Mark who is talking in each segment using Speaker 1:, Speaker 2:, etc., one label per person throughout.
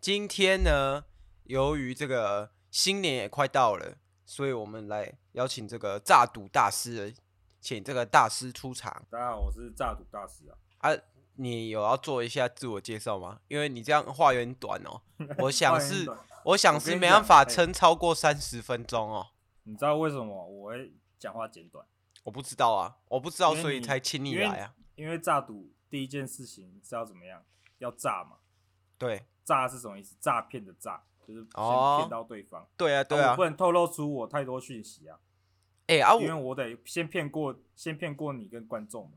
Speaker 1: 今天呢，由于这个新年也快到了，所以我们来邀请这个炸赌大师，请这个大师出场
Speaker 2: 大家好，我是炸赌大师啊。
Speaker 1: 啊！你有要做一下自我介绍吗？因为你这样话有点短 哦，我想是，我想
Speaker 2: 我
Speaker 1: 是
Speaker 2: 跟你
Speaker 1: 没办法
Speaker 2: 讲哎
Speaker 1: 撑超过三十分钟哦。
Speaker 2: 你知道为什么我会讲话简短？
Speaker 1: 我不知道啊，我不知道，
Speaker 2: 因为
Speaker 1: 所以
Speaker 2: 你
Speaker 1: 才请你
Speaker 2: 因为
Speaker 1: 来啊。
Speaker 2: 因为炸赌第一件事情是要怎么样？要炸嘛？
Speaker 1: 对，
Speaker 2: 炸是什么意思？诈骗的诈，就是先
Speaker 1: 哦
Speaker 2: 骗到对方。
Speaker 1: 对啊，对
Speaker 2: 啊
Speaker 1: 啊
Speaker 2: 我不。能透露出我太多讯息啊，
Speaker 1: 哎、啊，
Speaker 2: 因为
Speaker 1: 我
Speaker 2: 我得先骗过，先骗过你跟观众嘛，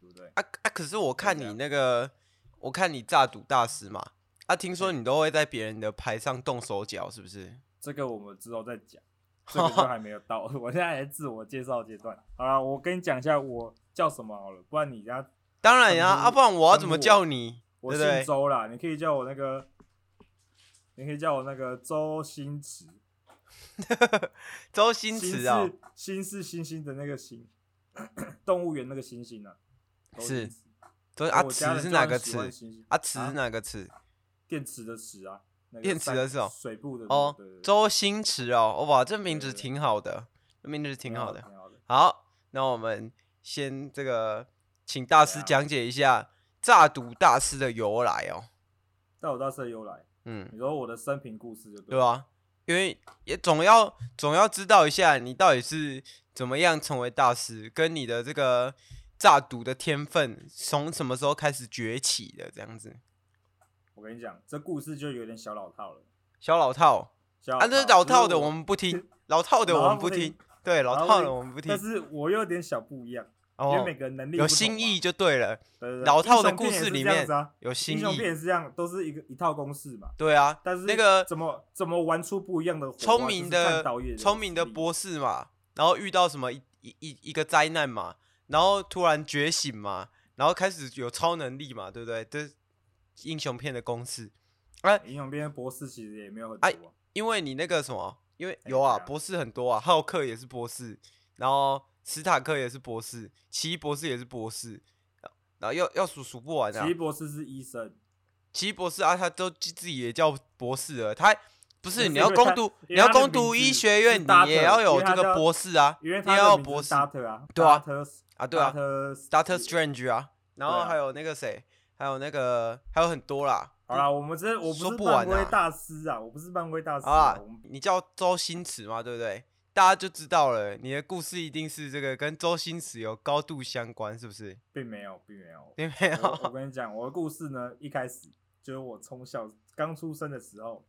Speaker 2: 对不对？
Speaker 1: 啊啊！可是我看
Speaker 2: 这
Speaker 1: 你
Speaker 2: 样
Speaker 1: 那个，我看你炸赌大师嘛，啊，听说你都会在别人的牌上动手脚，是不是？
Speaker 2: 这个我们之后再讲，这个就还没有到， 我现在还在自我介绍阶段。好了，我跟你讲一下我叫什么好了，不然你家
Speaker 1: 当然呀、啊，
Speaker 2: 称呼
Speaker 1: 不然我要
Speaker 2: 称
Speaker 1: 怎么
Speaker 2: 呼
Speaker 1: 叫你？
Speaker 2: 我
Speaker 1: 对不对
Speaker 2: 姓周啦，你可以叫我那个，你可以叫我那个周星驰，
Speaker 1: 周星驰啊、
Speaker 2: 是星是星星的那个星，动物园那个星星啊，周星驰
Speaker 1: 周啊，
Speaker 2: 我家
Speaker 1: 词
Speaker 2: 人
Speaker 1: 是
Speaker 2: 就
Speaker 1: 哪
Speaker 2: 很
Speaker 1: 个
Speaker 2: 喜欢
Speaker 1: 词？
Speaker 2: 星星
Speaker 1: 啊，词
Speaker 2: 啊
Speaker 1: 是哪个词？
Speaker 2: 电池的池啊，那个
Speaker 1: 电池的池哦
Speaker 2: 山水部的那个
Speaker 1: 哦
Speaker 2: 对对，对
Speaker 1: 周星驰哦，哇，这名字
Speaker 2: 对对对
Speaker 1: 挺好的，这名字挺
Speaker 2: 挺
Speaker 1: 好
Speaker 2: 的，
Speaker 1: 的。
Speaker 2: 挺好的。
Speaker 1: 好，那我们先这个，请大师
Speaker 2: 对啊
Speaker 1: 讲解一下炸赌大师的由来哦。
Speaker 2: 但我大师的由来，
Speaker 1: 嗯，
Speaker 2: 你说我的生平故事就
Speaker 1: 对啊
Speaker 2: 了
Speaker 1: 吧、因为也总要总要知道一下你到底是怎么样成为大师，跟你的这个诈赌的天分从什么时候开始崛起的这样子。
Speaker 2: 我跟你讲，这故事就有点小老套了。
Speaker 1: 小老套
Speaker 2: 小
Speaker 1: 啊，这老套
Speaker 2: 就是
Speaker 1: 的我们不听，老套的
Speaker 2: 老
Speaker 1: 我
Speaker 2: 套
Speaker 1: 们
Speaker 2: 不
Speaker 1: 不
Speaker 2: 听
Speaker 1: 听，对，
Speaker 2: 老
Speaker 1: 老
Speaker 2: 套
Speaker 1: 套
Speaker 2: 不
Speaker 1: 的
Speaker 2: 听
Speaker 1: 我们不听
Speaker 2: 但。是我又有点小不一样，因为
Speaker 1: 哦
Speaker 2: 每，个人能力
Speaker 1: 有
Speaker 2: 不同
Speaker 1: 新
Speaker 2: 嘛
Speaker 1: 意就对了，
Speaker 2: 对对对
Speaker 1: 老套
Speaker 2: 英
Speaker 1: 的
Speaker 2: 雄
Speaker 1: 故
Speaker 2: 片也
Speaker 1: 事
Speaker 2: 是
Speaker 1: 里
Speaker 2: 这样
Speaker 1: 面
Speaker 2: 子啊，
Speaker 1: 有
Speaker 2: 英
Speaker 1: 新
Speaker 2: 雄片
Speaker 1: 意
Speaker 2: 也。是这样，都是一个一套公式嘛。
Speaker 1: 对啊，
Speaker 2: 但是
Speaker 1: 那个
Speaker 2: 怎么怎么玩出不一样的火花，
Speaker 1: 聪明
Speaker 2: 就是看
Speaker 1: 的
Speaker 2: 导演
Speaker 1: 聪明的
Speaker 2: 实力
Speaker 1: 博士嘛，然后遇到什么一一一一个灾难嘛，然后突然觉醒嘛，然后开始有超能力嘛，对不对？这是英雄片的公式，
Speaker 2: 英雄片的博士其实也没有很
Speaker 1: 哎
Speaker 2: 多啊，
Speaker 1: 因为你那个什么，因为
Speaker 2: 哎
Speaker 1: 有啊，
Speaker 2: 对啊
Speaker 1: 博士很多啊，浩克也是博士，然后史塔克也是博士，奇异博士也是博士，然后要要数数不完啊
Speaker 2: 奇异。博士是医生，
Speaker 1: 奇异博士啊，他都自自己也叫博士了，他不
Speaker 2: 不
Speaker 1: 是
Speaker 2: 是
Speaker 1: 你
Speaker 2: 因
Speaker 1: 要
Speaker 2: 为
Speaker 1: 攻
Speaker 2: 他
Speaker 1: 读，你
Speaker 2: 因为
Speaker 1: 要
Speaker 2: 他的
Speaker 1: 攻读
Speaker 2: 名字
Speaker 1: 医学
Speaker 2: 是
Speaker 1: 院，你
Speaker 2: Doctor，
Speaker 1: 也要有
Speaker 2: 因为
Speaker 1: 这
Speaker 2: 他
Speaker 1: 个
Speaker 2: 叫
Speaker 1: 博士啊，
Speaker 2: 因为
Speaker 1: 你
Speaker 2: 他
Speaker 1: 也
Speaker 2: 的
Speaker 1: 要有
Speaker 2: 名字
Speaker 1: 博
Speaker 2: 是
Speaker 1: 士
Speaker 2: Doctor 啊，
Speaker 1: 对啊
Speaker 2: d o c
Speaker 1: 啊，
Speaker 2: t
Speaker 1: 对
Speaker 2: o
Speaker 1: 啊
Speaker 2: r
Speaker 1: ，Doctor Strange 啊，然
Speaker 2: 对
Speaker 1: 后
Speaker 2: 啊
Speaker 1: 还有那个谁，还有那个还有很多啦。
Speaker 2: 好啦，我们这我不
Speaker 1: 说
Speaker 2: 是
Speaker 1: 不
Speaker 2: 漫
Speaker 1: 完
Speaker 2: 威
Speaker 1: 啊
Speaker 2: 大师啊，我不是漫威大师
Speaker 1: 好啦
Speaker 2: 我们，
Speaker 1: 你叫周星驰嘛，对不对？大家就知道了，你的故事一定是这个跟周星驰有高度相关，是不是？哦
Speaker 2: 并没有，并没有，
Speaker 1: 你没
Speaker 2: 我我
Speaker 1: 有？
Speaker 2: 跟你讲，我的故事呢，一开始就是我从小刚出生的时候，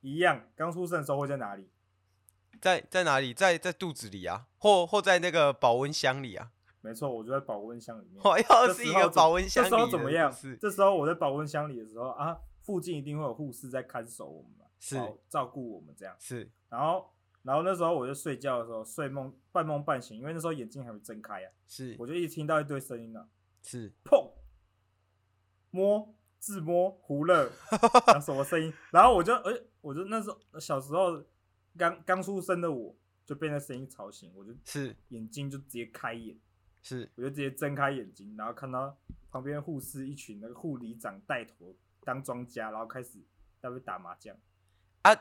Speaker 2: 一样，刚出生的时候会在哪里？
Speaker 1: 在在哪里？在在肚子里啊，或或在那个保温箱里啊。
Speaker 2: 没错，我就在保温箱里面。
Speaker 1: 我
Speaker 2: 这
Speaker 1: 又
Speaker 2: 时
Speaker 1: 是一
Speaker 2: 候
Speaker 1: 个
Speaker 2: 怎
Speaker 1: 保温箱
Speaker 2: 这
Speaker 1: 里
Speaker 2: 时
Speaker 1: 的
Speaker 2: 候怎么样
Speaker 1: 故事？
Speaker 2: 这时候我在保温箱里的时候啊，附近一定会有护士在看守我们嘛，
Speaker 1: 是
Speaker 2: 保照顾我们这样。
Speaker 1: 是
Speaker 2: 然后，然后那时候我就睡觉的时候，睡梦半梦半醒，因为那时候眼睛还没睁开啊，
Speaker 1: 是
Speaker 2: 我就一直听到一堆声音啊，
Speaker 1: 是，
Speaker 2: 碰、摸、自摸、胡乐，然后什么声音？然后我就，哎、我就那时候小时候刚刚出生的我，就被那声音吵醒，我就是眼睛就直接开眼。
Speaker 1: 是
Speaker 2: 我就直接睁开眼睛，然后看到旁边护士一群那个护理长带头当庄家，然后开始在那边打麻将。
Speaker 1: 啊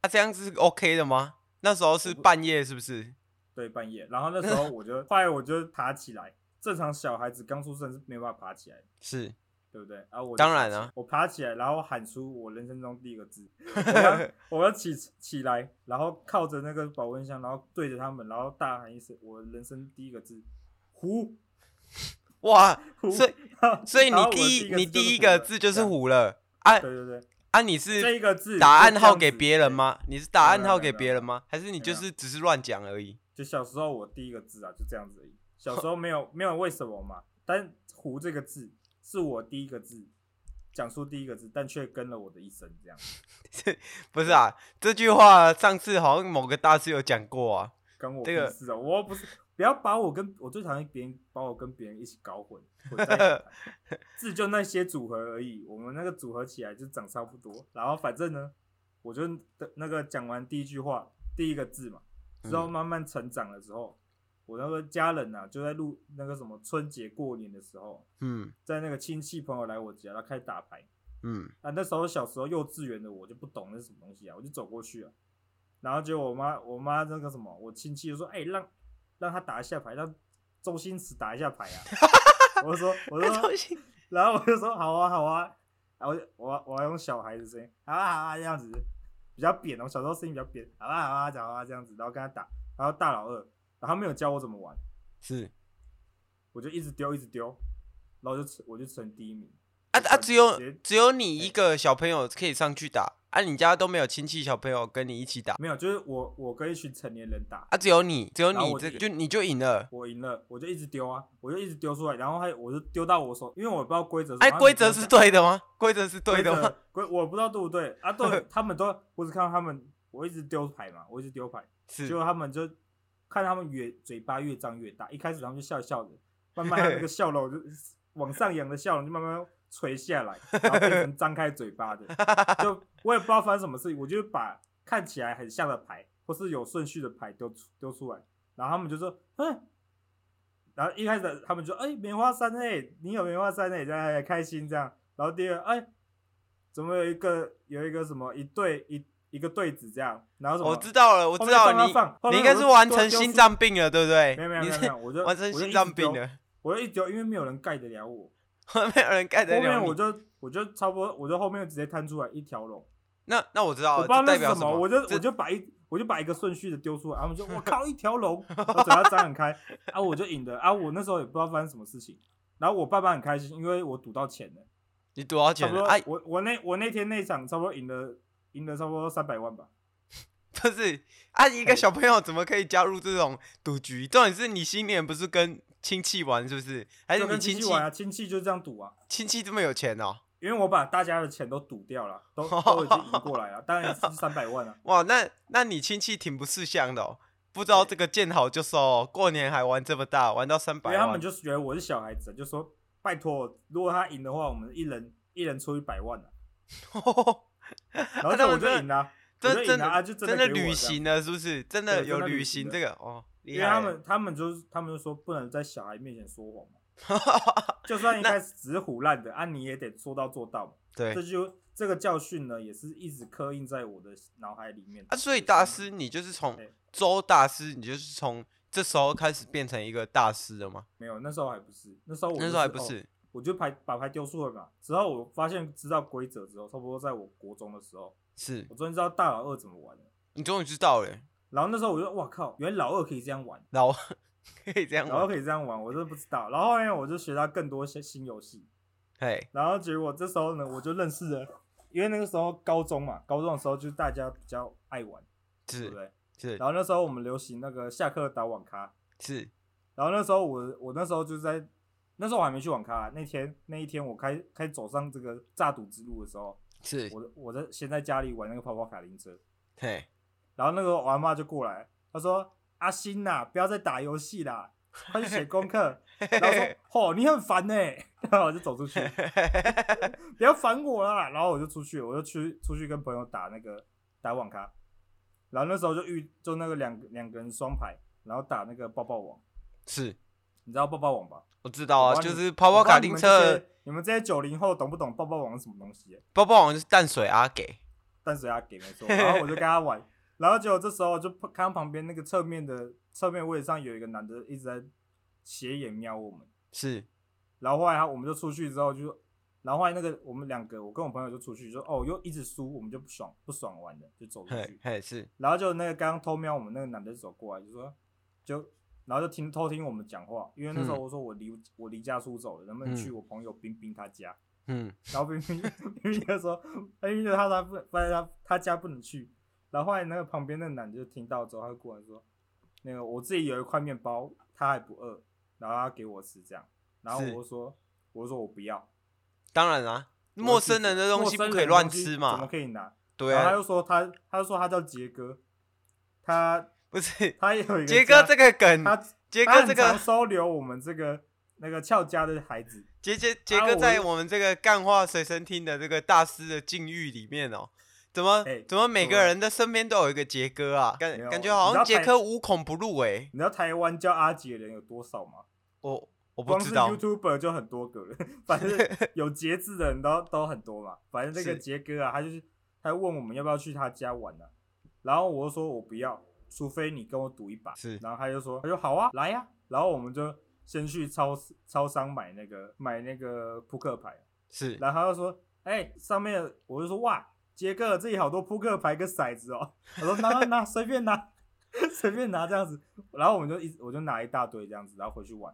Speaker 1: 啊，这样子是 OK 的吗？那时候是
Speaker 2: 我不
Speaker 1: 半夜，是不是？
Speaker 2: 对，半夜。然后那时候我就，后 来我就爬起来。正常小孩子刚出生是没有办法爬起来的，
Speaker 1: 是
Speaker 2: 对不对？啊，我就
Speaker 1: 当然啊，
Speaker 2: 我爬起来，然后喊出我人生中第一个 字，我要我要起起来，然后靠着那个保温箱，然后对着他们，然后大喊一声我人生第一个字“胡
Speaker 1: 哇，”，
Speaker 2: 胡
Speaker 1: 所以
Speaker 2: 然后
Speaker 1: 所以
Speaker 2: 然
Speaker 1: 你
Speaker 2: 后我
Speaker 1: 第一
Speaker 2: 个
Speaker 1: 你
Speaker 2: 字
Speaker 1: 第一
Speaker 2: 就胡
Speaker 1: 个
Speaker 2: 了
Speaker 1: 字就
Speaker 2: 这
Speaker 1: 是
Speaker 2: 样
Speaker 1: 虎了啊
Speaker 2: 对对对，
Speaker 1: 啊！你
Speaker 2: 这
Speaker 1: 是
Speaker 2: 一个字
Speaker 1: 打
Speaker 2: 就
Speaker 1: 暗
Speaker 2: 这
Speaker 1: 号
Speaker 2: 样
Speaker 1: 给
Speaker 2: 子啊
Speaker 1: 别人？吗？你是打
Speaker 2: 没有
Speaker 1: 暗
Speaker 2: 没
Speaker 1: 号
Speaker 2: 有
Speaker 1: 给
Speaker 2: 没
Speaker 1: 别
Speaker 2: 有
Speaker 1: 人吗？还是你
Speaker 2: 没
Speaker 1: 就
Speaker 2: 有
Speaker 1: 是只是乱讲而已？
Speaker 2: 对就小时候我第一个字啊，就这样子而已。小时候没有没有为什么嘛，但“胡”这个字是我第一个字，讲出第一个字，但却跟了我的一生，这样。
Speaker 1: 不是啊，这句话上次好像某个大师有讲过啊。
Speaker 2: 跟我
Speaker 1: 这个
Speaker 2: 不是啊，我不是，不要把我跟我最讨厌别人把我跟别人一起搞混，混在一起 谈字就那些组合而已，我们那个组合起来就长差不多。然后反正呢，我就的那个讲完第一句话，第一个字嘛，之后
Speaker 1: 嗯
Speaker 2: 慢慢成长的时候，我那个家人啊，就在录那个什么春节过年的时候，
Speaker 1: 嗯
Speaker 2: 在那个亲戚朋友来我家，他开始打牌，
Speaker 1: 嗯
Speaker 2: 啊，那时候小时候幼稚园的我就不懂那是什么东西啊，我就走过去啊，然后结果我妈我妈那个什么，我亲戚就说，哎、让让他打一下牌，让周星驰打一下牌啊，我就说我就说，然后我就说好啊好啊，然后我就我我要用小孩子声音，好啊好啊这样子，比较扁哦，我小时候声音比较扁，好啊好啊讲啊这样子，然后跟他打，然后大老二，然后他没有教我怎么玩，
Speaker 1: 是
Speaker 2: 我就一直丢一直丢，然后就成我就成第一名，
Speaker 1: 啊啊，
Speaker 2: 就
Speaker 1: 只有
Speaker 2: 直接
Speaker 1: 只有你一个小朋友可以上去打啊，你家都没有亲戚小朋友跟你一起打
Speaker 2: 没有，就是我我跟一群成年人打，
Speaker 1: 啊，只有你只有
Speaker 2: 然后
Speaker 1: 你
Speaker 2: 我
Speaker 1: 这个
Speaker 2: 就
Speaker 1: 就你就赢了。
Speaker 2: 我赢了，我就一直丢啊，我就一直丢出来，然后还我就丢到我手，因为我不知道规则是什么。
Speaker 1: 哎，
Speaker 2: 他们
Speaker 1: 规则
Speaker 2: 都
Speaker 1: 是
Speaker 2: 讲
Speaker 1: 对的吗？规则是对
Speaker 2: 规
Speaker 1: 的吗
Speaker 2: 则？规我不知道对不对啊？ 对，他们都我只看到他们，我一直丢牌嘛，我一直丢牌，结
Speaker 1: 是
Speaker 2: 果他们就看他们越嘴巴越张越大，一开始他们就笑笑的，慢慢他那个笑容就往上扬的笑容就慢慢垂下来，然后变成张开嘴巴的，就我也不知道发生什么事情，我就把看起来很像的牌或是有顺序的牌丢出丢出来，然后他们就说，嗯。然后一开始他们就哎、棉花三哎、你有棉花三哎、这样很开心这样。然后第二哎、怎么有一个有一个什么一对一一个对子这样，然后什么
Speaker 1: 我知道了，我
Speaker 2: 后
Speaker 1: 知
Speaker 2: 面
Speaker 1: 道
Speaker 2: 放
Speaker 1: 了
Speaker 2: 他
Speaker 1: 你
Speaker 2: 放后
Speaker 1: 你
Speaker 2: 面
Speaker 1: 应该
Speaker 2: 我
Speaker 1: 是
Speaker 2: 就
Speaker 1: 完
Speaker 2: 丢
Speaker 1: 成
Speaker 2: 丢
Speaker 1: 心
Speaker 2: 出
Speaker 1: 脏病了，对不对？
Speaker 2: 没有没有
Speaker 1: 你
Speaker 2: 没有
Speaker 1: 是
Speaker 2: 没有，我就
Speaker 1: 完成
Speaker 2: 我就
Speaker 1: 心
Speaker 2: 一
Speaker 1: 脏
Speaker 2: 直
Speaker 1: 病
Speaker 2: 丢，
Speaker 1: 了，
Speaker 2: 我就一直丢，因为没有人盖得了我。
Speaker 1: 没有人盖得
Speaker 2: 后
Speaker 1: 了
Speaker 2: 面我
Speaker 1: 你。
Speaker 2: 就我就差不多，我就后面直接摊出来一条龙，
Speaker 1: 那那我知道
Speaker 2: 我不
Speaker 1: 了，
Speaker 2: 知道那
Speaker 1: 这哦代
Speaker 2: 是
Speaker 1: 表
Speaker 2: 什
Speaker 1: 什么？
Speaker 2: 我就
Speaker 1: 这
Speaker 2: 我就把一我就把一个顺序的丢出来，然后我们就我靠一条龙，然后嘴巴张很开，啊我就赢了啊！我那时候也不知道发生什么事情，然后我爸爸很开心，因为我赌到钱了，
Speaker 1: 你多少
Speaker 2: 差
Speaker 1: 钱
Speaker 2: 不多
Speaker 1: 了？哎，
Speaker 2: 我我那我那天那场差不多赢了赢了差不多三百万吧。
Speaker 1: 不是啊，一个小朋友怎么可以加入这种赌局？重点是你新年不是跟亲戚玩，是不是？还是
Speaker 2: 就
Speaker 1: 哎你
Speaker 2: 跟
Speaker 1: 亲
Speaker 2: 戚
Speaker 1: 戚
Speaker 2: 玩啊，亲戚就这样赌啊，
Speaker 1: 亲戚这么有钱哦？
Speaker 2: 因为我把大家的钱都赌掉了， 都都已经赢过来了，当然是三百万啊。
Speaker 1: 哇，那那你亲戚挺不识相的哦，不知道这个见好就收哦，过年还玩这么大，玩到三
Speaker 2: 因
Speaker 1: 百
Speaker 2: 为他
Speaker 1: 万
Speaker 2: 们，就觉得我是小孩子，就说拜托，如果他赢的话，我们一人一人出一百万啊。然后
Speaker 1: 啊
Speaker 2: 这
Speaker 1: 他
Speaker 2: 我
Speaker 1: 们
Speaker 2: 就赢了啊，我就
Speaker 1: 真
Speaker 2: 赢
Speaker 1: 真
Speaker 2: 了
Speaker 1: 的
Speaker 2: 啊，就
Speaker 1: 真
Speaker 2: 的给
Speaker 1: 的
Speaker 2: 我
Speaker 1: 旅
Speaker 2: 这样
Speaker 1: 行，了，是不是？真的
Speaker 2: 对
Speaker 1: 有
Speaker 2: 真的旅
Speaker 1: 旅
Speaker 2: 行
Speaker 1: 行
Speaker 2: 了
Speaker 1: 这个哦，
Speaker 2: 因
Speaker 1: 厉
Speaker 2: 为
Speaker 1: 害
Speaker 2: 他
Speaker 1: 了
Speaker 2: 们他们就是他们就说不能在小孩面前说谎嘛， 就算一开始只是胡乱的啊，你也得说到做到嘛。
Speaker 1: 对
Speaker 2: 这就这个教训呢，也是一直刻印在我的脑海里面
Speaker 1: 啊，所以大师你就是从
Speaker 2: 对
Speaker 1: 周大师，你就是从这时候开始变成一个大师了吗？
Speaker 2: 没有，那时候还不是，那时候我
Speaker 1: 那
Speaker 2: 就
Speaker 1: 时候还
Speaker 2: 是
Speaker 1: 不
Speaker 2: 哦
Speaker 1: 是，
Speaker 2: 我就牌把牌丢出来嘛。之后我发现知道规则之后，差不多在我国中的时候，
Speaker 1: 是
Speaker 2: 我终于知道大老二怎么玩了。
Speaker 1: 你终于知道了，
Speaker 2: 然后那时候我就哇靠，原来老二可以这样玩，
Speaker 1: 老 可以这样
Speaker 2: 老二
Speaker 1: 玩，
Speaker 2: 可以这样玩，我真的不知道。然后后面我就学到更多新新游戏，
Speaker 1: 嘿，
Speaker 2: 然后结果这时候呢，我就认识了，因为那个时候高中嘛，高中的时候就大家比较爱玩，对不
Speaker 1: 是
Speaker 2: 对？
Speaker 1: 是
Speaker 2: 然后那时候我们流行那个下课打网咖，
Speaker 1: 是，
Speaker 2: 然后那时候我我那时候就在，那时候我还没去网咖、啊那天那一天我开开走上这个诈赌之路的时候，
Speaker 1: 是，
Speaker 2: 我我在先在家里玩那个跑跑卡丁车，
Speaker 1: 嘿，
Speaker 2: 然后那个我阿妈就过来，她说：“阿星呐、不要再打游戏啦，快去写功 课。”然后我说：“吼、你很烦呢、 然后我就走出去，不要烦我啦。然后我就出去，我就去出去跟朋友打那个打网咖。然后那时候就遇就那个两两个人双排，然后打那个抱抱网，
Speaker 1: 是，
Speaker 2: 你知道抱抱网吧？
Speaker 1: 我知道
Speaker 2: 我
Speaker 1: 啊，
Speaker 2: 帮你
Speaker 1: 就是跑跑卡丁车，，
Speaker 2: 你们这些九零后懂不懂抱抱网是什么东西、
Speaker 1: 抱抱网就是淡水阿给，
Speaker 2: 淡水阿给没错，然后我就跟他 玩，然后结果这时候就碰看到旁边那个侧面的侧面位置上有一个男的一直在斜眼瞄我们，
Speaker 1: 是
Speaker 2: 然后后来他我们就出去之后就，然后后来那个我们两个我跟我朋友就出去就哦又一直输，我们就不爽不爽玩了就走出
Speaker 1: 嘿
Speaker 2: 去，
Speaker 1: 嘿是
Speaker 2: 然后就那个刚刚偷瞄我们那个男的走过来就说就。然后就听偷听我们讲话，因为那时候
Speaker 1: 嗯
Speaker 2: 我说我离、我离家出走了，能不能去我朋友冰冰他家？
Speaker 1: 嗯
Speaker 2: 然后冰冰冰冰就说，冰冰就他他不发现他他家不能去，然后后来那个旁边那个男的就听到之后，他就过来说，那个我自己有一块面包，他还不饿，然后他给我吃这样，然后我
Speaker 1: 是
Speaker 2: 就说，我就说我不要，
Speaker 1: 当然啊，陌生人的东西
Speaker 2: 陌生
Speaker 1: 不可以
Speaker 2: 人的
Speaker 1: 乱
Speaker 2: 东西
Speaker 1: 吃
Speaker 2: 怎么
Speaker 1: 嘛，
Speaker 2: 可以拿？
Speaker 1: 对
Speaker 2: 然后他
Speaker 1: 啊，
Speaker 2: 又说他，他就说他叫杰哥，他
Speaker 1: 不是
Speaker 2: 他也有一个
Speaker 1: 杰哥
Speaker 2: 家
Speaker 1: 这个梗，
Speaker 2: 他
Speaker 1: 杰
Speaker 2: 他
Speaker 1: 哥
Speaker 2: 很
Speaker 1: 这
Speaker 2: 常
Speaker 1: 个
Speaker 2: 收留我们这个那个俏家的孩子，
Speaker 1: 杰杰杰
Speaker 2: 啊
Speaker 1: 哥
Speaker 2: 我
Speaker 1: 在
Speaker 2: 又
Speaker 1: 我们这个干话随身听的这个大师的境遇里面哦，怎么
Speaker 2: 哎
Speaker 1: 怎么每
Speaker 2: 怎
Speaker 1: 个
Speaker 2: 么
Speaker 1: 人的身边都有一个杰哥啊？感
Speaker 2: 没有
Speaker 1: 感觉
Speaker 2: 你
Speaker 1: 好
Speaker 2: 知
Speaker 1: 像
Speaker 2: 道
Speaker 1: 杰
Speaker 2: 台
Speaker 1: 哥无孔不入哎，
Speaker 2: 你知道台湾叫阿杰的人有多少吗？
Speaker 1: 我我不
Speaker 2: 光
Speaker 1: 知
Speaker 2: 是
Speaker 1: 道，
Speaker 2: YouTuber 就很多个了，反 正有节制的人都都很多嘛。反正那个
Speaker 1: 是
Speaker 2: 杰哥啊，他就是他问我们要不要去他家玩呢、啊，然后我就说我不要，除非你跟我赌一把。
Speaker 1: 是
Speaker 2: 然后他就说他说好啊，来呀、然后我们就先去超市超商买那个买那个扑克牌，
Speaker 1: 是
Speaker 2: 然后他就说哎、上面有我就说哇杰哥这里好多扑克牌跟骰子哦，我说拿拿拿随便拿 随便拿这样子，然后我们就一直我就拿一大堆这样子，然后回去玩。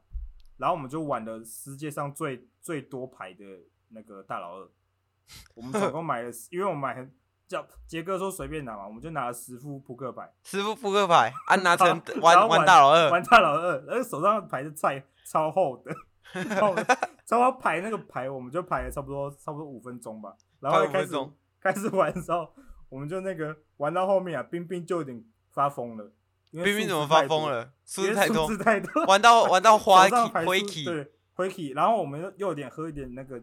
Speaker 2: 然后我们就玩了世界上最最多牌的那个大老二，我们总共买了，因为我们买很叫杰哥说随便拿嘛，我们就拿了十副扑克牌，
Speaker 1: 师傅扑克牌，安 拿成
Speaker 2: 然
Speaker 1: 玩
Speaker 2: 后
Speaker 1: 玩大老二，
Speaker 2: 玩大老二，那个手上的牌的菜超厚的，然 后我们超后排那个牌，我们就排了差不多差不多五分钟吧，然后一
Speaker 1: 排
Speaker 2: 开
Speaker 1: 5分
Speaker 2: 始
Speaker 1: 钟
Speaker 2: 开始玩的时候，我们就那个玩到后面啊，冰冰就有点发疯了，因为
Speaker 1: 冰
Speaker 2: 数
Speaker 1: 冰怎
Speaker 2: 字
Speaker 1: 么发
Speaker 2: 太多
Speaker 1: 疯？了？数
Speaker 2: 因为
Speaker 1: 字太
Speaker 2: 数，
Speaker 1: 多
Speaker 2: 字太多，
Speaker 1: 玩到玩到花
Speaker 2: 手上牌
Speaker 1: 旗
Speaker 2: 数
Speaker 1: 灰旗
Speaker 2: 对灰 key，然后我们又又有点喝一点那个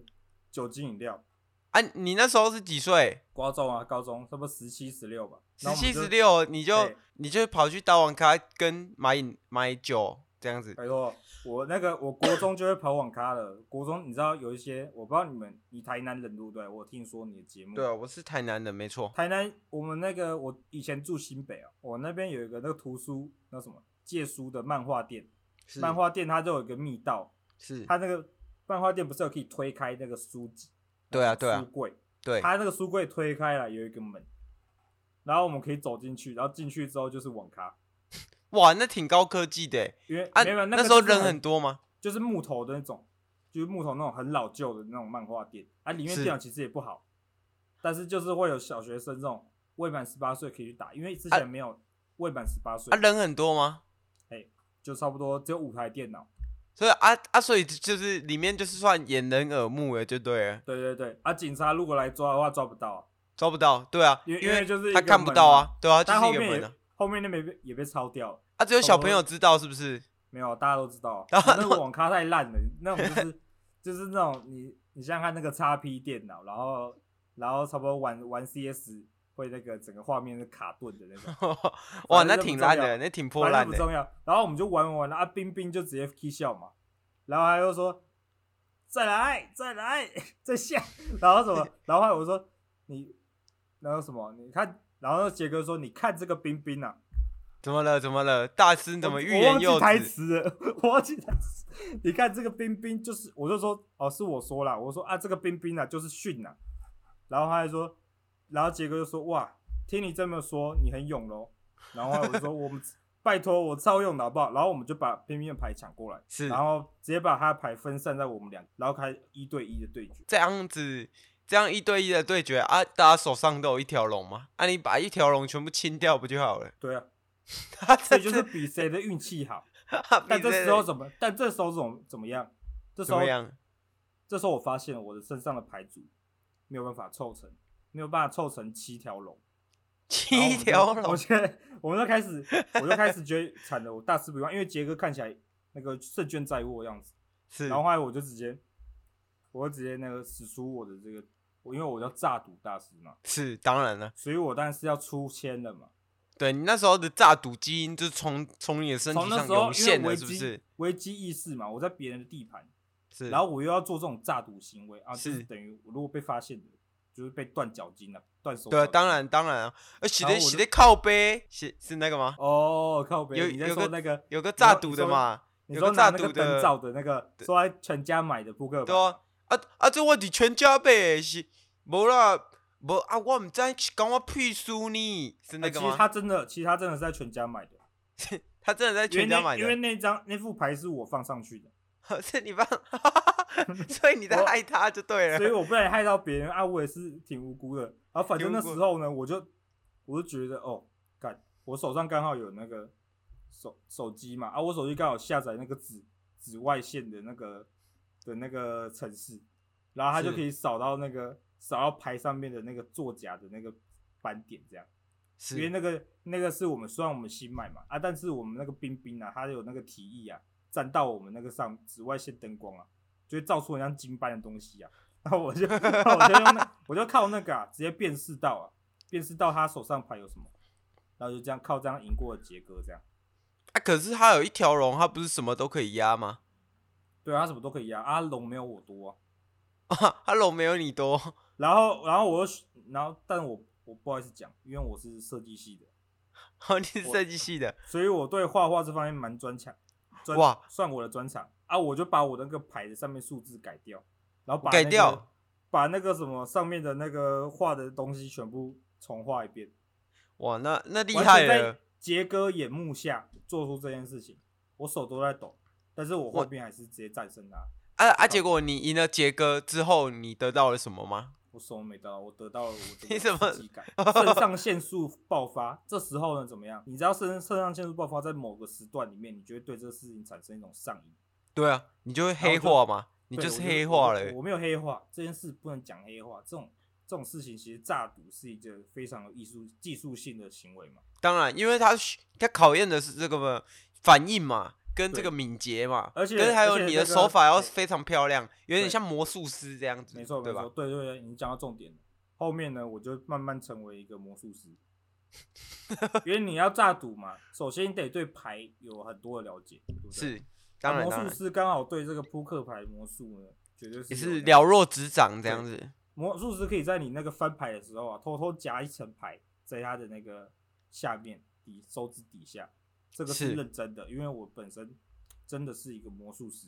Speaker 2: 酒精饮料，
Speaker 1: 啊！你那时候是几岁？
Speaker 2: 高中啊高中，差不多十七十六吧，
Speaker 1: 十
Speaker 2: 然后我
Speaker 1: 七
Speaker 2: 们就哎
Speaker 1: 十，六，你就
Speaker 2: 对
Speaker 1: 你就跑去打网咖跟买饮买酒这样子，
Speaker 2: 哎呦，我那个我国中就会跑网咖了，国中你知道有一些，我不知道你们你台南人对不对？我听说你的节目，
Speaker 1: 对啊，我是台南人，没错，
Speaker 2: 台南我们那个我以前住新北啊，我那边有一个那个图书那什么借书的漫画店，
Speaker 1: 是
Speaker 2: 漫画啊店它就有一个密道，
Speaker 1: 是
Speaker 2: 它那个漫画店不是有可以推开那个书籍，
Speaker 1: 对啊对啊
Speaker 2: 书柜。
Speaker 1: 对，
Speaker 2: 他那个书柜推开了，有一个门，然后我们可以走进去，然后进去之后就是网咖，
Speaker 1: 哇，那挺高科技的欸
Speaker 2: 因为、
Speaker 1: 啊！
Speaker 2: 没有没有
Speaker 1: 那
Speaker 2: 个
Speaker 1: 时候
Speaker 2: 就是
Speaker 1: 人
Speaker 2: 很
Speaker 1: 很，多吗？
Speaker 2: 就是木头的那种，就是木头那种很老旧的那种漫画店啊，里面
Speaker 1: 是
Speaker 2: 电脑其实也不好，但是就是会有小学生这种未满十八岁可以去打，因为之前没有未满十八岁
Speaker 1: 啊，，人很多吗？
Speaker 2: 就差不多只有五台电脑，
Speaker 1: 所以啊啊，所以就是里面就是算掩人耳目了，就对了，
Speaker 2: 对对对，啊，警察如果来抓的话抓不到、啊，
Speaker 1: 抓不到，对啊，
Speaker 2: 因为
Speaker 1: 因
Speaker 2: 因为就是一
Speaker 1: 他
Speaker 2: 个
Speaker 1: 看不
Speaker 2: 门
Speaker 1: 到
Speaker 2: 嘛
Speaker 1: 啊，对啊，就
Speaker 2: 但
Speaker 1: 是
Speaker 2: 后
Speaker 1: 一个
Speaker 2: 面
Speaker 1: 门
Speaker 2: 也
Speaker 1: 啊，
Speaker 2: 后面那边被也被抄掉了。
Speaker 1: 啊，只有小
Speaker 2: 我
Speaker 1: 朋友知道是不是？
Speaker 2: 没有，大家都知道，
Speaker 1: 大
Speaker 2: 啊
Speaker 1: 家
Speaker 2: 那个网咖太烂了，那种就是就是那种你你想想看那个叉 P 电脑，然后然后差不多玩玩 CS 会那个整个画面是卡顿的那种，反
Speaker 1: 哇，
Speaker 2: 正
Speaker 1: 那
Speaker 2: 就不
Speaker 1: 挺
Speaker 2: 重
Speaker 1: 烂
Speaker 2: 要
Speaker 1: 的，那挺破
Speaker 2: 反正
Speaker 1: 烂
Speaker 2: 不
Speaker 1: 的，
Speaker 2: 重要。然后我们就玩玩玩，啊，冰冰就直接 K 笑嘛，然后他又说再来再来 再下，然后什么，然后后来我说你然后什么你看，然后杰哥说你看这个冰冰啊，
Speaker 1: 怎么了？怎么了？大师怎么欲
Speaker 2: 我
Speaker 1: 言
Speaker 2: 忘记
Speaker 1: 又
Speaker 2: 台
Speaker 1: 止？
Speaker 2: 词了，我忘记台词。你看这个冰冰就是，我就说哦，是我说啦，我说啊，这个冰冰啊就是训呐、然后他还说，然后杰哥就说哇，听你这么说，你很勇喽。然后我就说我们 拜托我超勇的好不好？然后我们就把冰冰的牌抢过来，
Speaker 1: 是
Speaker 2: 然后直接把他的牌分散在我们两，然后开一对一的对决。
Speaker 1: 这样子，这样一对一的对决啊，大家手上都有一条龙吗？啊，你把一条龙全部清掉不就好了？
Speaker 2: 对啊，
Speaker 1: 他
Speaker 2: 所
Speaker 1: 这
Speaker 2: 以就是比谁的运气好。但
Speaker 1: 但
Speaker 2: 这时候怎么？但这时候怎么怎么样？这时
Speaker 1: 怎
Speaker 2: 候
Speaker 1: 么样？
Speaker 2: 这时候我发现我的身上的牌组没有办法凑成，没有办法凑成七条龙。然后我
Speaker 1: 七
Speaker 2: 们就
Speaker 1: 条
Speaker 2: 我
Speaker 1: 龙，
Speaker 2: 现在我们就开始，我就开始觉得惨了，我大事不妙，因为杰哥看起来那个胜券在握的样子。
Speaker 1: 是
Speaker 2: 然后后来我就直接，我就直接那个使出我的这个，我因为我叫炸赌大师嘛，
Speaker 1: 是，当然了，
Speaker 2: 所以我当然是要出千了嘛。
Speaker 1: 对你那时候的炸赌基因就从从你的身
Speaker 2: 从
Speaker 1: 体
Speaker 2: 那
Speaker 1: 上
Speaker 2: 时候
Speaker 1: 涌
Speaker 2: 因为
Speaker 1: 现
Speaker 2: 危
Speaker 1: 了，是不
Speaker 2: 机
Speaker 1: 是？
Speaker 2: 危机意识嘛，我在别人的地盘，
Speaker 1: 是，
Speaker 2: 然后我又要做这种诈赌行为啊，就是是等于我如果被发现的，就是被断脚筋了、断手脚筋。
Speaker 1: 对啊，当然当然啊，呃，写
Speaker 2: 然
Speaker 1: 的
Speaker 2: 后我
Speaker 1: 写
Speaker 2: 就
Speaker 1: 的靠背，写是那个吗？
Speaker 2: 哦，靠北，
Speaker 1: 有
Speaker 2: 你在
Speaker 1: 有
Speaker 2: 说
Speaker 1: 个
Speaker 2: 那个，
Speaker 1: 有个
Speaker 2: 说
Speaker 1: 炸赌
Speaker 2: 你
Speaker 1: 的
Speaker 2: 说
Speaker 1: 嘛，
Speaker 2: 你
Speaker 1: 有
Speaker 2: 说
Speaker 1: 个
Speaker 2: 拿那
Speaker 1: 炸
Speaker 2: 个
Speaker 1: 赌的
Speaker 2: 灯罩的那个，
Speaker 1: 对
Speaker 2: 说在全家买的扑克牌，
Speaker 1: 对啊，啊啊，这我伫全家买的是，无啦，无啊，我毋知是讲我屁事呢，是那
Speaker 2: 哎
Speaker 1: 个
Speaker 2: 其实
Speaker 1: 吗？
Speaker 2: 他真的，其实他真的是在全家买的，
Speaker 1: 他真的在
Speaker 2: 因为
Speaker 1: 全家
Speaker 2: 那
Speaker 1: 买
Speaker 2: 因为
Speaker 1: 的，
Speaker 2: 那张那副牌是我放上去的，
Speaker 1: 是你帮， 所以你在
Speaker 2: 我
Speaker 1: 害他就对了。
Speaker 2: 所以我不然害到别人啊，我也是挺无辜的。然后反正
Speaker 1: 挺无
Speaker 2: 那
Speaker 1: 辜
Speaker 2: 时候呢，我就我就觉得哦，干，我手上刚好有那个手手机嘛，啊，我手机刚好下载那个紫紫外线的那个的那个城市，然后它就是可以扫到那个扫到牌上面的那个作假的那个斑点，这样。因为
Speaker 1: 是
Speaker 2: 那个那个是我们虽然我们新买嘛啊，但是我们那个冰冰啊，它有那个提议啊，沾到我们那个上紫外线灯光啊，就会照出很像金斑的东西啊。 然后我就然后我就用那我就靠那个啊，直接辨识到啊，辨识到他手上牌有什么，然后就这样靠这样赢过了杰哥这样。
Speaker 1: 啊，可是它有一条龙，它不是什么都可以压吗？
Speaker 2: 对啊，他什么都可以压啊，龙没有我多啊。
Speaker 1: 啊，它龙没有你多，
Speaker 2: 然后然后我又然后但我我不好意思讲，因为我是设计系的，
Speaker 1: 哦，你是设计系的，
Speaker 2: 所以我对画画这方面蛮专长，专
Speaker 1: 哇
Speaker 2: 算我的专长啊！我就把我那个牌子上面数字改掉，然后把、那
Speaker 1: 改
Speaker 2: 个
Speaker 1: 掉，
Speaker 2: 把那个什么上面的那个画的东西全部重画一遍，
Speaker 1: 哇，那那厉
Speaker 2: 完
Speaker 1: 害
Speaker 2: 全在
Speaker 1: 了，
Speaker 2: 杰哥眼目下做出这件事情，我手都在抖，但是我后
Speaker 1: 哇
Speaker 2: 面还是直接战胜他。
Speaker 1: 啊啊！结果你赢了杰哥之后，你得到了什么吗？
Speaker 2: 我什么没得到，我得 到了我这
Speaker 1: 你怎么
Speaker 2: 个刺激感，肾上腺素爆发。这时候呢，怎么样？你知道肾肾上腺素爆发在某个时段里面，你就会对这个事情产生一种上瘾。
Speaker 1: 对啊，你就会黑
Speaker 2: 然后
Speaker 1: 化嘛，你
Speaker 2: 对
Speaker 1: 就
Speaker 2: 我
Speaker 1: 是黑化了
Speaker 2: 我。我没有黑化，这件事不能讲黑化。这种这种事情，其实诈赌是一件非常有艺术技术性的行为嘛。
Speaker 1: 当然，因为他需他考验的是这个嘛反应嘛，跟这
Speaker 2: 对
Speaker 1: 个敏捷嘛，
Speaker 2: 而且
Speaker 1: 跟还有
Speaker 2: 而且
Speaker 1: 你
Speaker 2: 那
Speaker 1: 的
Speaker 2: 个
Speaker 1: 手法要
Speaker 2: 对
Speaker 1: 非常漂亮，有点
Speaker 2: 对
Speaker 1: 像魔术师这样子，
Speaker 2: 没错，没
Speaker 1: 对吧
Speaker 2: 错，？对对对，你讲到重点了。后面呢，我就慢慢成为一个魔术 师，因为你要诈赌嘛，首先你得对牌有很多的了解，对不对？
Speaker 1: 是，
Speaker 2: 那
Speaker 1: 当然当
Speaker 2: 魔术
Speaker 1: 然
Speaker 2: 师刚好对这个扑克牌魔术呢，绝对是有
Speaker 1: 也是
Speaker 2: 那个
Speaker 1: 了若指掌这
Speaker 2: 对
Speaker 1: 样子。
Speaker 2: 魔术师可以在你那个翻牌的时候啊，偷偷夹一层牌在他的那个下面底手指底下，这个是
Speaker 1: 是
Speaker 2: 认真的，因为我本身真的是一个魔术师，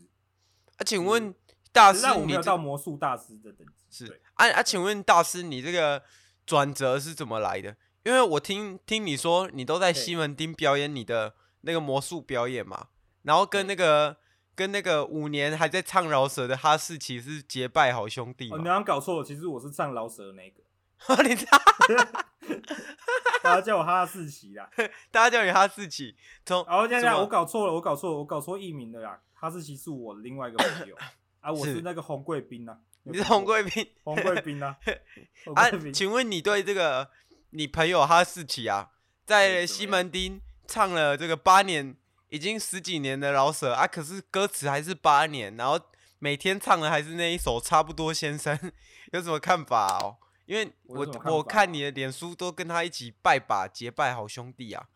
Speaker 1: 啊，请问大师
Speaker 2: 但我没
Speaker 1: 你
Speaker 2: 有
Speaker 1: 这
Speaker 2: 到魔术大师的等级。
Speaker 1: 是
Speaker 2: 对
Speaker 1: 啊啊，请问大师你这个转折是怎么来的？因为我听听你说你都在
Speaker 2: 对
Speaker 1: 西门町表演你的那个魔术表演嘛，然后跟那个跟那个五年还在唱饶舌的哈士奇是结拜好兄弟
Speaker 2: 哦，你
Speaker 1: 嘛？
Speaker 2: 好像搞错了，其实我是唱老舍的那个，
Speaker 1: 你知道
Speaker 2: 大家叫我哈士奇啦。
Speaker 1: 大家叫你哈士奇，从
Speaker 2: 然后现
Speaker 1: 什
Speaker 2: 在
Speaker 1: 么
Speaker 2: 我搞错了，我搞错了，我搞错艺名的啦。哈士奇是我的另外一个朋 友啊，我
Speaker 1: 是
Speaker 2: 是那个红贵宾啊呐。
Speaker 1: 你是红贵宾
Speaker 2: 红贵宾 呐？红
Speaker 1: 啊
Speaker 2: 贵宾？
Speaker 1: 请问你对这个你朋友哈士奇啊，在
Speaker 2: 哎怎么
Speaker 1: 西
Speaker 2: 样
Speaker 1: 门町唱了这个八年，已经十几年的老舍啊，可是歌词还是八年，然后每天唱的还是那一首《差不多先生》， 有什么看法哦？因为
Speaker 2: 我有
Speaker 1: 我
Speaker 2: 什么看
Speaker 1: 我
Speaker 2: 法
Speaker 1: 看你的脸书都跟他一起拜把结拜好兄弟啊。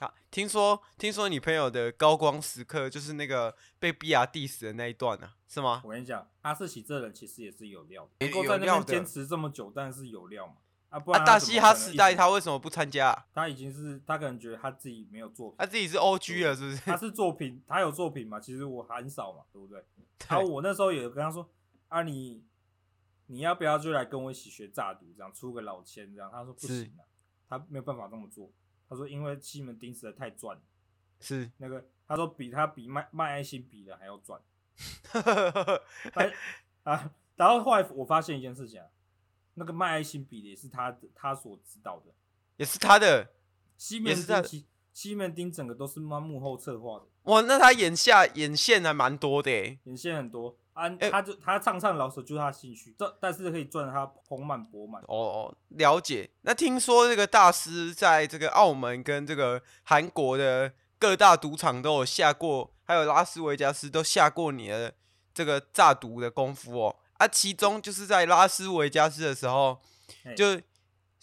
Speaker 1: 啊，听说听说你朋友的高光时刻就是那个被 B R diss 的那一段啊，是吗？
Speaker 2: 我跟你讲，哈士奇这人其实也是有料的，
Speaker 1: 也
Speaker 2: 能够
Speaker 1: 有
Speaker 2: 在那
Speaker 1: 料
Speaker 2: 边
Speaker 1: 的
Speaker 2: 坚持这么久，但是有料嘛。啊，不
Speaker 1: 啊，
Speaker 2: 然、
Speaker 1: 大嘻哈时
Speaker 2: 他怎么可能一
Speaker 1: 代
Speaker 2: 直
Speaker 1: 他为什么不参加、啊？
Speaker 2: 他已经是他可能觉得他自己没有作品，
Speaker 1: 他自己是 O G 了，是不是？
Speaker 2: 他是作品，他有作品嘛？其实我很少嘛，对不对？
Speaker 1: 对
Speaker 2: 然后我那时候也跟他说啊你，你要不要就来跟我一起学诈赌，这样出个老千这样？他说不
Speaker 1: 是
Speaker 2: 行啊，他没有办法这么做。他说因为西门町实在太赚了，
Speaker 1: 是，
Speaker 2: 那个他说比他比卖卖爱心比的还要赚。
Speaker 1: 对
Speaker 2: 哎啊，然后后来我发现一件事情啊，那个卖爱心笔的也是他他所指导的。
Speaker 1: 也是他的。
Speaker 2: 西门
Speaker 1: 也是他
Speaker 2: 町其西门町整个都是他幕后策划的，
Speaker 1: 哇，那他眼下眼线还蛮多的欸，
Speaker 2: 眼线很多啊，
Speaker 1: 哎
Speaker 2: 他就他唱唱老手就是他的兴趣，这但是可以赚他盆满钵满。
Speaker 1: 哦哦，了解。那听说这个大师在这个澳门跟这个韩国的各大赌场都有下过，还有拉斯维加斯都下过你的这个炸毒的功夫哦。啊，其中就是在拉斯维加斯的时候，
Speaker 2: 哎
Speaker 1: 就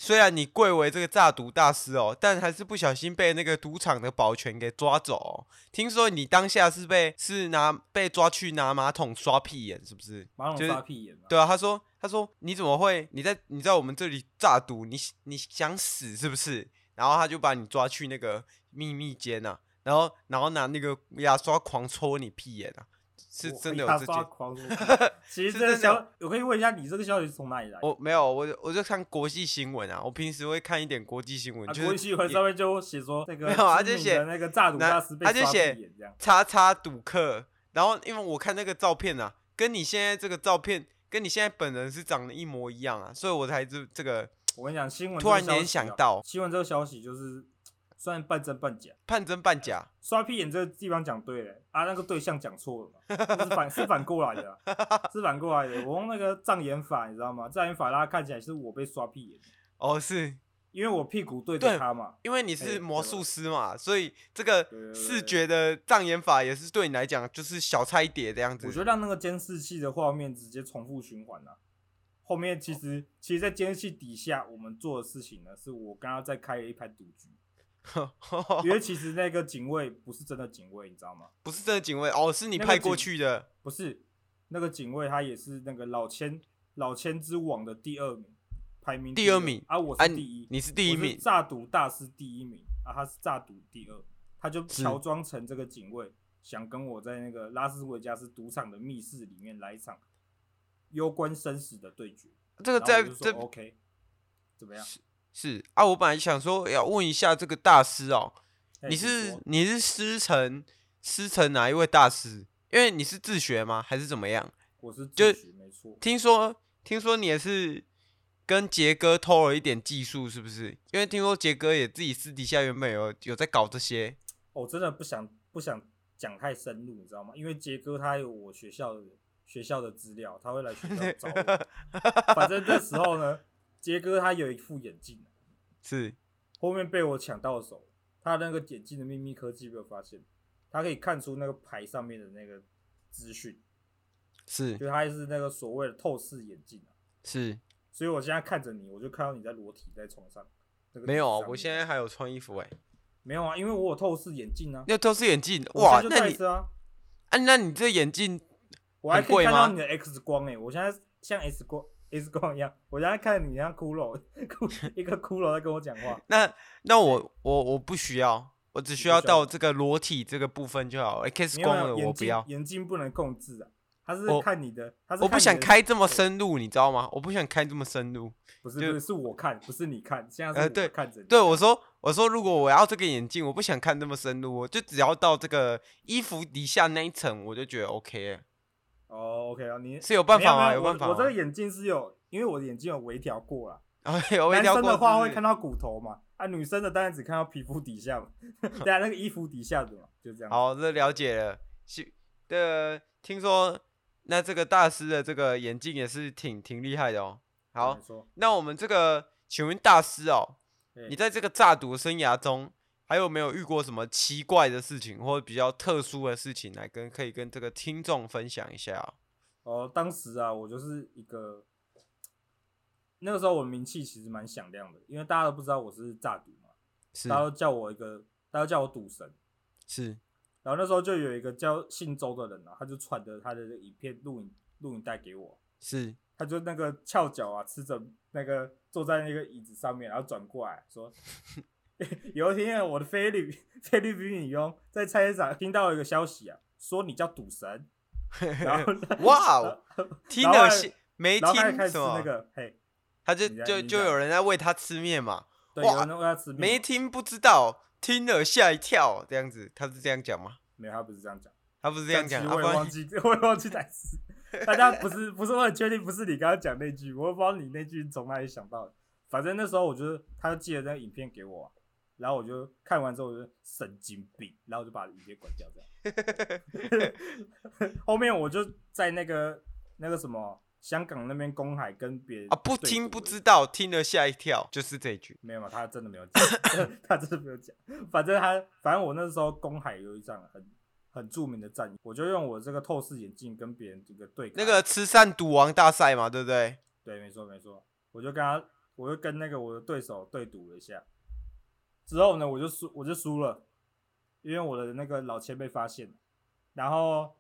Speaker 1: 虽然你贵为这个炸毒大师哦，但还是不小心被那个赌场的保全给抓走、哦。听说你当下是被是拿被抓去拿马桶刷屁眼，是不是？
Speaker 2: 马
Speaker 1: 就
Speaker 2: 桶
Speaker 1: 是
Speaker 2: 刷屁眼啊，
Speaker 1: 对啊，他说他说你怎么会你在你在我们这里炸赌，你你想死是不是？然后他就把你抓去那个秘密间啊，然后然后拿那个牙刷狂戳你屁眼啊，是
Speaker 2: 我
Speaker 1: 真的有
Speaker 2: 牙
Speaker 1: 这
Speaker 2: 刷
Speaker 1: 件。
Speaker 2: 狂说 其实
Speaker 1: 是
Speaker 2: 这个
Speaker 1: 真的有
Speaker 2: 消，我可以问一下你这个消息是从哪里来的？
Speaker 1: 我没有，我就我就看国际新闻啊，我平时会看一点国际新闻，
Speaker 2: 啊，
Speaker 1: 就是
Speaker 2: 国际新闻
Speaker 1: 也
Speaker 2: 上面就写说那
Speaker 1: 没
Speaker 2: 个
Speaker 1: 有啊
Speaker 2: 知
Speaker 1: 就
Speaker 2: 名
Speaker 1: 写
Speaker 2: 的那个炸赌
Speaker 1: 那
Speaker 2: 大师被
Speaker 1: 他就
Speaker 2: 刷
Speaker 1: 写
Speaker 2: 屁眼这样，
Speaker 1: 叉叉赌客，然后因为我看那个照片啊，跟你现在这个照片跟你现在本人是长得一模一样啊，所以我才这这个
Speaker 2: 我跟你讲，新闻
Speaker 1: 突然
Speaker 2: 这个消息
Speaker 1: 联想
Speaker 2: 啊
Speaker 1: 到
Speaker 2: 新闻这个消息就是算半真半假。
Speaker 1: 半真半假，
Speaker 2: 刷屁眼这个地方讲对了、啊，那个对象讲错了嘛，是反是反过来的啊、是反过来的。我用那个障眼法，你知道吗？障眼法让他看起来是我被刷屁眼，
Speaker 1: 哦，是
Speaker 2: 因为我屁股对着
Speaker 1: 对
Speaker 2: 他嘛。
Speaker 1: 因为你是
Speaker 2: 哎
Speaker 1: 魔
Speaker 2: 对
Speaker 1: 术师嘛，所以这个
Speaker 2: 对对对
Speaker 1: 视觉的障眼法也是对你来讲就是小菜一碟这样子
Speaker 2: 我。觉得让那个监视器的画面直接重复循环啊。后面其实，其实，在监视器底下，我们做的事情呢，是我刚刚在开了一盘赌局，因为其实那个警卫不是真的警卫，你知道吗？
Speaker 1: 不是真的警卫哦，是你
Speaker 2: 那个
Speaker 1: 派过
Speaker 2: 警
Speaker 1: 去的
Speaker 2: 不是，那个警卫他也是那个老千老千之王的第二名，排名
Speaker 1: 第二
Speaker 2: 二
Speaker 1: 名
Speaker 2: 啊，我
Speaker 1: 啊
Speaker 2: 是第
Speaker 1: 你
Speaker 2: 一，
Speaker 1: 你是第一
Speaker 2: 我是
Speaker 1: 名，
Speaker 2: 诈赌大师第一名啊，他是诈赌第二，他就是乔装成这个警卫，想跟我在那个拉斯维加斯赌场的密室里面来一场攸关生死的对决。
Speaker 1: 这个
Speaker 2: 然后
Speaker 1: 在
Speaker 2: 我就说哦
Speaker 1: 这
Speaker 2: OK，怎么样？
Speaker 1: 是啊，我本来想说要问一下这个大师哦，
Speaker 2: 哎
Speaker 1: 你
Speaker 2: 请
Speaker 1: 是
Speaker 2: 说
Speaker 1: 你是师承师承哪一位大师？因为你是自学吗？还是怎么样？
Speaker 2: 我是
Speaker 1: 就
Speaker 2: 自学没错，
Speaker 1: 听说听说你也是跟杰哥偷了一点技术，是不是？因为听说杰哥也自己私底下原本有有在搞这些，
Speaker 2: 哦我真的不想不想讲太深入，你知道吗？因为杰哥他有我学校的学校的资料，他会来学校找我。反正那时候呢，杰哥他有一副眼镜，
Speaker 1: 是
Speaker 2: 后面被我抢到手，他那个眼镜的秘密科技被我发现，他可以看出那个牌上面的那个资讯，
Speaker 1: 是
Speaker 2: 就他是那个所谓的透视眼镜、啊、
Speaker 1: 是，
Speaker 2: 所以我现在看着你，我就看到你在裸体在床上。那个
Speaker 1: 没有，啊
Speaker 2: 纸上
Speaker 1: 我
Speaker 2: 面
Speaker 1: 现在还有穿衣服哎、
Speaker 2: 没有啊，因为我有透视眼镜啊，
Speaker 1: 那都是眼镜
Speaker 2: 我
Speaker 1: 哇
Speaker 2: 现，在就
Speaker 1: 那
Speaker 2: 戴
Speaker 1: 你
Speaker 2: 着啊，
Speaker 1: 啊，那你这眼镜
Speaker 2: 我还
Speaker 1: 很
Speaker 2: 可
Speaker 1: 贵
Speaker 2: 以看到
Speaker 1: 吗
Speaker 2: 你的 X 光哎、我现在像 X 光 X 光一样，我现在看你像骷髅，骷 一个骷髅在跟我讲 话。
Speaker 1: 那那我我我不需要，我只需要
Speaker 2: 不需要
Speaker 1: 到
Speaker 2: 吗
Speaker 1: 这个裸体这个部分就好了。X
Speaker 2: 没有
Speaker 1: 光
Speaker 2: 啊
Speaker 1: 的我
Speaker 2: 眼
Speaker 1: 不
Speaker 2: 睛
Speaker 1: 要，
Speaker 2: 眼睛不能控制啊，他是
Speaker 1: 我
Speaker 2: 看你的，他是
Speaker 1: 我不
Speaker 2: 看你
Speaker 1: 想
Speaker 2: 的
Speaker 1: 开这么深入，你知道吗？我不想开这么深入。
Speaker 2: 不是
Speaker 1: 就
Speaker 2: 不是，是我看，不是你看，现在
Speaker 1: 呃
Speaker 2: 是
Speaker 1: 对
Speaker 2: 我看着你。
Speaker 1: 对我说我说，如果我要这个眼镜，我不想看这么深入，我就只要到这个衣服底下那一层，我就觉得 OK 了。
Speaker 2: 哦，OK 啊，你
Speaker 1: 是有办
Speaker 2: 没有
Speaker 1: 法吗？
Speaker 2: 没有
Speaker 1: 办法啊
Speaker 2: 我。
Speaker 1: 吗
Speaker 2: 我这个眼镜是有，因为我的眼睛有微调过啦。
Speaker 1: 啊， 有微
Speaker 2: 男
Speaker 1: 调
Speaker 2: 生
Speaker 1: 过
Speaker 2: 的话
Speaker 1: 是不
Speaker 2: 会
Speaker 1: 是
Speaker 2: 看到骨头嘛，啊，女生的当然只看到皮肤底下嘛， 对啊，那个衣服底下的嘛，就这样。
Speaker 1: 好，这了解了。是的，听说那这个大师的这个眼镜也是挺挺厉害的哦。好
Speaker 2: 没，错，
Speaker 1: 那我们这个，请问大师哦，你
Speaker 2: 嘿
Speaker 1: 在这个诈赌生涯中，还有没有遇过什么奇怪的事情，或者比较特殊的事情来跟可以跟这个听众分享一下哦、
Speaker 2: 哦，当时啊，我就是一个，那个时候我名气其实蛮响亮的，因为大家都不知道我是诈赌嘛，
Speaker 1: 是
Speaker 2: 大家都叫我一个，大家都叫我赌神。
Speaker 1: 是
Speaker 2: 然后那时候就有一个叫姓周的人啊，他就传着他的影片录影录影带给我，
Speaker 1: 是，
Speaker 2: 他就那个翘脚啊，吃着那个坐在那个椅子上面，然后转过来 说，有一天啊我的菲律菲律宾女佣在菜市场听到一个消息啊，说你叫赌 神，然后
Speaker 1: 哇
Speaker 2: 然
Speaker 1: 哦，
Speaker 2: 后
Speaker 1: 听
Speaker 2: 然后
Speaker 1: 了
Speaker 2: 还
Speaker 1: 是没
Speaker 2: 然后
Speaker 1: 听
Speaker 2: 他就开始吃
Speaker 1: 什么，
Speaker 2: 那个嘿。
Speaker 1: 他就
Speaker 2: 你在
Speaker 1: 就
Speaker 2: 你
Speaker 1: 就
Speaker 2: 讲
Speaker 1: 有人在喂他吃面嘛，
Speaker 2: 对，
Speaker 1: 哇
Speaker 2: 有人喂他吃面嘛，
Speaker 1: 没听不知道，听了吓一跳，这样子，他是这样讲吗？
Speaker 2: 没有，他不是这样讲，
Speaker 1: 他不是这样
Speaker 2: 但其
Speaker 1: 讲，
Speaker 2: 实
Speaker 1: 啊
Speaker 2: 我
Speaker 1: 不
Speaker 2: 也忘
Speaker 1: 然
Speaker 2: 记， 我也忘记台词。大家不是不是，我很确定不是你刚刚讲那句，我也不知道你那句从哪里想到的。反正那时候我就是，他就寄了那个影片给我啊、然后我就看完之后我就神经病，然后我就把影片关掉这样。 后面我就在那个那个什么香港那边公海跟别人
Speaker 1: 啊不
Speaker 2: 对
Speaker 1: 听
Speaker 2: 赌
Speaker 1: 不
Speaker 2: 的
Speaker 1: 知道，听了吓一跳，就是这一句，
Speaker 2: 没有嘛，他真的没有讲， 他真的没有讲。反正他，反正我那时候公海有一仗很很著名的战役，我就用我这个透视眼镜跟别人这个对
Speaker 1: 那
Speaker 2: 看
Speaker 1: 个慈善赌王大赛嘛，对不对？
Speaker 2: 对，没错没错，我就跟他，我就跟那个我的对手对赌了一下，之后呢，我就输，我就输了，因为我的那个老千被发现了，然后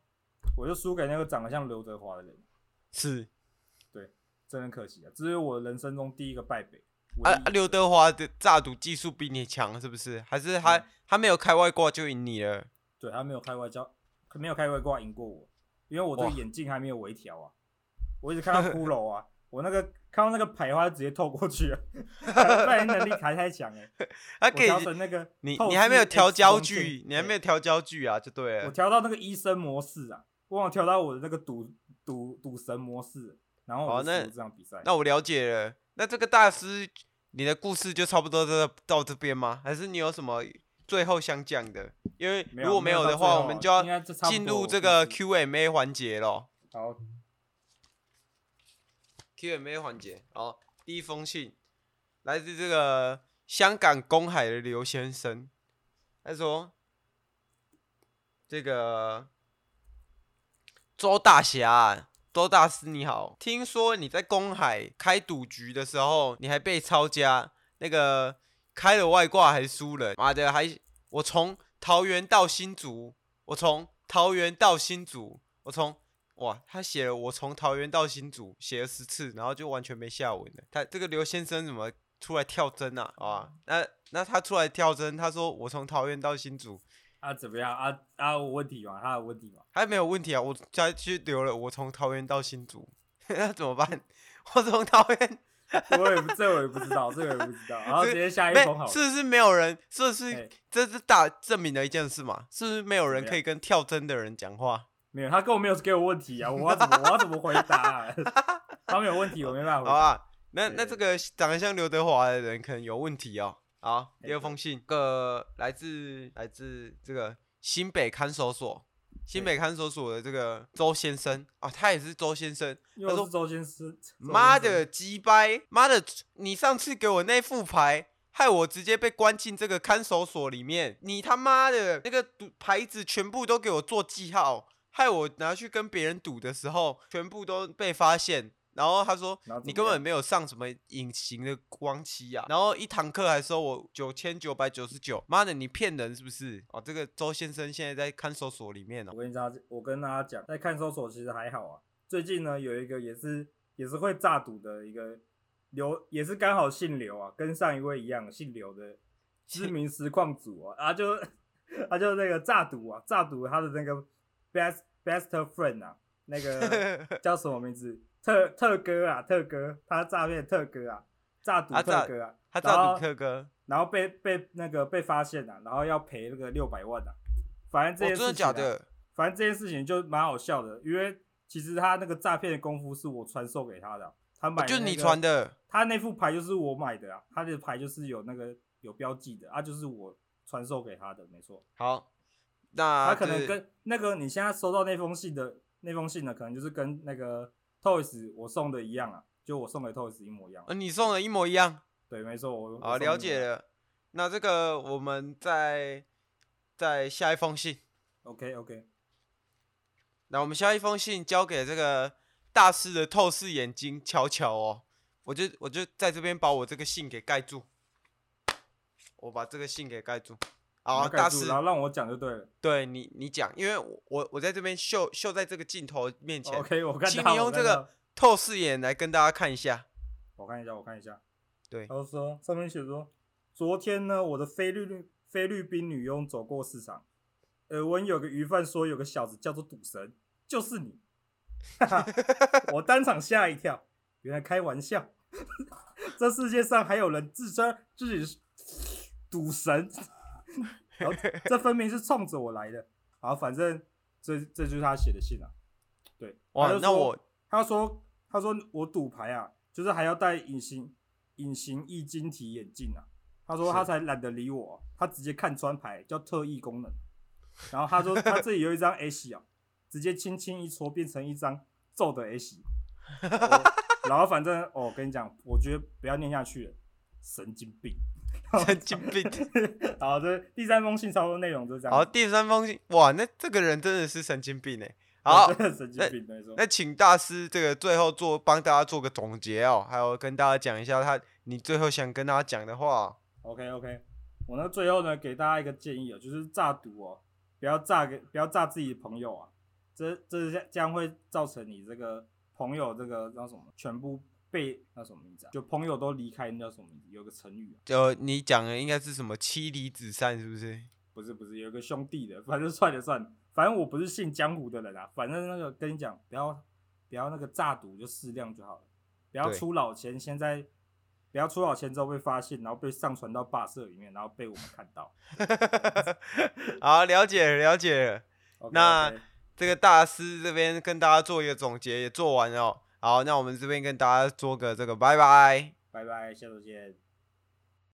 Speaker 2: 我就输给那个长得像刘德华的人，
Speaker 1: 是
Speaker 2: 真的很可惜啊，这是我人生中第一个败北。唯
Speaker 1: 啊，
Speaker 2: 一
Speaker 1: 啊刘德华的炸赌技术比你强是不是？还是他、
Speaker 2: 嗯
Speaker 1: 他没有开外挂就赢你了？
Speaker 2: 对他没有开外交，没有开外挂赢过我，因为我这个
Speaker 1: 哇
Speaker 2: 眼镜还没有微调啊，我一直看到骷髅啊，我那个看到那个牌花直接透过去了，反应能力还太强哎、 我
Speaker 1: 他啊可以
Speaker 2: 调成那个
Speaker 1: 你
Speaker 2: 透
Speaker 1: 你
Speaker 2: 视
Speaker 1: 还没有调
Speaker 2: X
Speaker 1: 焦
Speaker 2: 光镜
Speaker 1: 距，你还没有
Speaker 2: 对
Speaker 1: 调焦距啊，就对
Speaker 2: 我
Speaker 1: 了。
Speaker 2: 调到那个医生模式啊，我忘了调到我的那个赌赌赌神模式，然后
Speaker 1: 好
Speaker 2: 我就
Speaker 1: 那
Speaker 2: 输这场比赛。
Speaker 1: 那我了解了。那这个大师你的故事就差不多到到这边吗？还是你有什么最后想讲的？因为
Speaker 2: 没
Speaker 1: 如果没有的
Speaker 2: 到
Speaker 1: 话，
Speaker 2: 最
Speaker 1: 我
Speaker 2: 后
Speaker 1: 们就要
Speaker 2: 应该差不多
Speaker 1: 进入这个
Speaker 2: 我就是
Speaker 1: Q&A 环节咯。
Speaker 2: 好
Speaker 1: Q&A 环节，哦，第一封信来自这个香港公海的刘先生，他说这个周大侠啊，周大师你好，听说你在公海开赌局的时候，你还被抄家，那个开了外挂还输了，妈的还我从桃园到新竹，我从桃园到新竹，我从哇，他写了我从桃园到新竹写了十次，然后就完全没下文了。他这个刘先生怎么出来跳针啊？啊，
Speaker 2: 嗯
Speaker 1: 那那他出来跳针，他说我从桃园到新竹，
Speaker 2: 啊，怎么样啊啊？我问题嘛，他有问题嘛？
Speaker 1: 还没有问题啊，我他去留了我从桃园到新竹， 那怎么办？我从桃园
Speaker 2: 我也不，这我也不知道，这个我也不知道。然后
Speaker 1: 这
Speaker 2: 直接下一
Speaker 1: 没
Speaker 2: 封好了。
Speaker 1: 是不是没有人？是不
Speaker 2: 哎啊
Speaker 1: 是这是大证明了一件事嘛？是不是没有人
Speaker 2: 怎么样
Speaker 1: 可以跟跳针的人讲话？
Speaker 2: 没有，他根本没有给我问题啊！我要怎么我要怎么回答、啊？ 他没有问题，我没办法回
Speaker 1: 好
Speaker 2: 答。
Speaker 1: 啊，那那
Speaker 2: 对
Speaker 1: 这个长得像刘德华的人可能有问题哦。好，
Speaker 2: 哎
Speaker 1: 第二封信，个来自来自这个新北看守所，新北看守所的这个周先生啊，他也是周先生。他
Speaker 2: 又
Speaker 1: 说
Speaker 2: 是周先 生，
Speaker 1: 妈
Speaker 2: 周先
Speaker 1: 的
Speaker 2: 生，
Speaker 1: 鸡掰，妈的，你上次给我那副牌，害我直接被关进这个看守所里面。你他妈的那个赌牌子全部都给我做记号，害我拿去跟别人赌的时候，全部都被发现。然后他 说
Speaker 2: 然后怎么
Speaker 1: 你根本
Speaker 2: 样
Speaker 1: 没有上什么隐形的光漆啊，然后一堂课还收我九千九百九十九，妈的你骗人是不是？哦，这个周先生现在在看守所里面哦
Speaker 2: 我。跟大家，我跟大家讲，在看守所其实还好啊。最近呢，有一个也是也是会诈赌的一个刘，也是刚好姓刘啊，跟上一位一样姓刘的 知名实况组啊，啊就啊就那个诈赌啊，诈赌他的那个 best best friend 啊，那个叫什么名字？特特哥啊，特哥，他诈骗特哥啊，诈赌
Speaker 1: 他诈
Speaker 2: 特哥啊，
Speaker 1: 他
Speaker 2: 然
Speaker 1: 照
Speaker 2: 后
Speaker 1: 赌特哥，
Speaker 2: 然后被被那个被发现了、然后要赔那个六百万啊。反正
Speaker 1: 哦，
Speaker 2: 这件
Speaker 1: 真
Speaker 2: 事情、啊
Speaker 1: 的假？的？
Speaker 2: 反正这件事情就蛮好笑的，因为其实他那个诈骗的功夫是我传授给他的啊、他买、
Speaker 1: 哦就是你传，的。
Speaker 2: 他那副牌就是我买的啊，他的牌就是有那个有标记的啊，就是我传授给他的，没错。
Speaker 1: 好，那
Speaker 2: 他可
Speaker 1: 就
Speaker 2: 能
Speaker 1: 是
Speaker 2: 跟那个你现在收到那封信的那封信呢，可能就是跟那个 Toys 我送的一样啊，就我送给 Toys 一模一样。啊
Speaker 1: 呃你送的一模一样
Speaker 2: 对，没错，我
Speaker 1: 好，了
Speaker 2: 我送一
Speaker 1: 解。
Speaker 2: 模一样
Speaker 1: 了。那这个我们再再下一封信，
Speaker 2: OK OK，
Speaker 1: 那我们下一封信交给这个大师的透视眼睛瞧瞧哦。我就我就在这边把我这个信给盖住，我把这个信给盖住。好，啊
Speaker 2: 然后盖
Speaker 1: 大
Speaker 2: 住
Speaker 1: 师，
Speaker 2: 然后让我讲就对了。
Speaker 1: 对你你讲，因为我我我在这边秀秀在这个镜头面前，
Speaker 2: 哦 OK，我看
Speaker 1: 请
Speaker 2: 到
Speaker 1: 你用
Speaker 2: 我
Speaker 1: 这
Speaker 2: 看
Speaker 1: 个
Speaker 2: 到
Speaker 1: 透视眼来跟大家看一下。
Speaker 2: 我看一下，我看一下。
Speaker 1: 对
Speaker 2: 他就说上面写说，昨天呢，我的菲律菲律宾女佣走过市场，耳闻有个鱼贩说有个小子叫做赌神，就是你，哈哈，我当场吓一跳，原来开玩笑， 这世界上还有人自称自己是赌神，然后这分明是冲着我来的。好，反正这这就是他写的信啊。对，他
Speaker 1: 哇，
Speaker 2: 就
Speaker 1: 那
Speaker 2: 说
Speaker 1: 我
Speaker 2: 他说：“他说我赌牌啊，就是还要戴隐形隐形易晶体眼镜啊。”他说
Speaker 1: 是
Speaker 2: 他才懒得理我，他直接看穿牌，叫特异功能。然后他说 他这里有一张 S 啊，直接轻轻一戳变成一张皱的 S。我然后反正哦我跟你讲，我觉得不要念下去了，神经病。哦
Speaker 1: 神经病。
Speaker 2: 好，这第三封信差不多内容就这样。
Speaker 1: 好，第三封信，哇，那这个人真的是神经病哎。好
Speaker 2: 真，的神经病，没错。
Speaker 1: 那请大师这个最后做帮大家做个总结哦，还有跟大家讲一下他你最后想跟大家讲的话哦。
Speaker 2: OK OK，我呢最后呢给大家一个建议哦，就是诈赌哦，不要诈给不要诈自己的朋友啊，这这这将会造成你这个朋友这个叫什么全部被那什么名字啊，就朋友都离开，那叫什么名字？有个成语啊，
Speaker 1: 呃，你讲的应该是什么妻离子散是不是？
Speaker 2: 不是不是，有个兄弟的，反正算了算了，反正我不是姓江湖的人啊，反正那个跟你讲，不要不要那个诈赌就适量就好了，不要
Speaker 1: 对
Speaker 2: 出老千，现在不要出老千之后被发现，然后被上传到霸社里面，然后被我们看 到。
Speaker 1: 好，了解了了解了。
Speaker 2: OK，OK
Speaker 1: 那这个大师这边跟大家做一个总结，也做完了哦。好，那我们这边跟大家做个这个拜拜。
Speaker 2: 拜拜，下周见。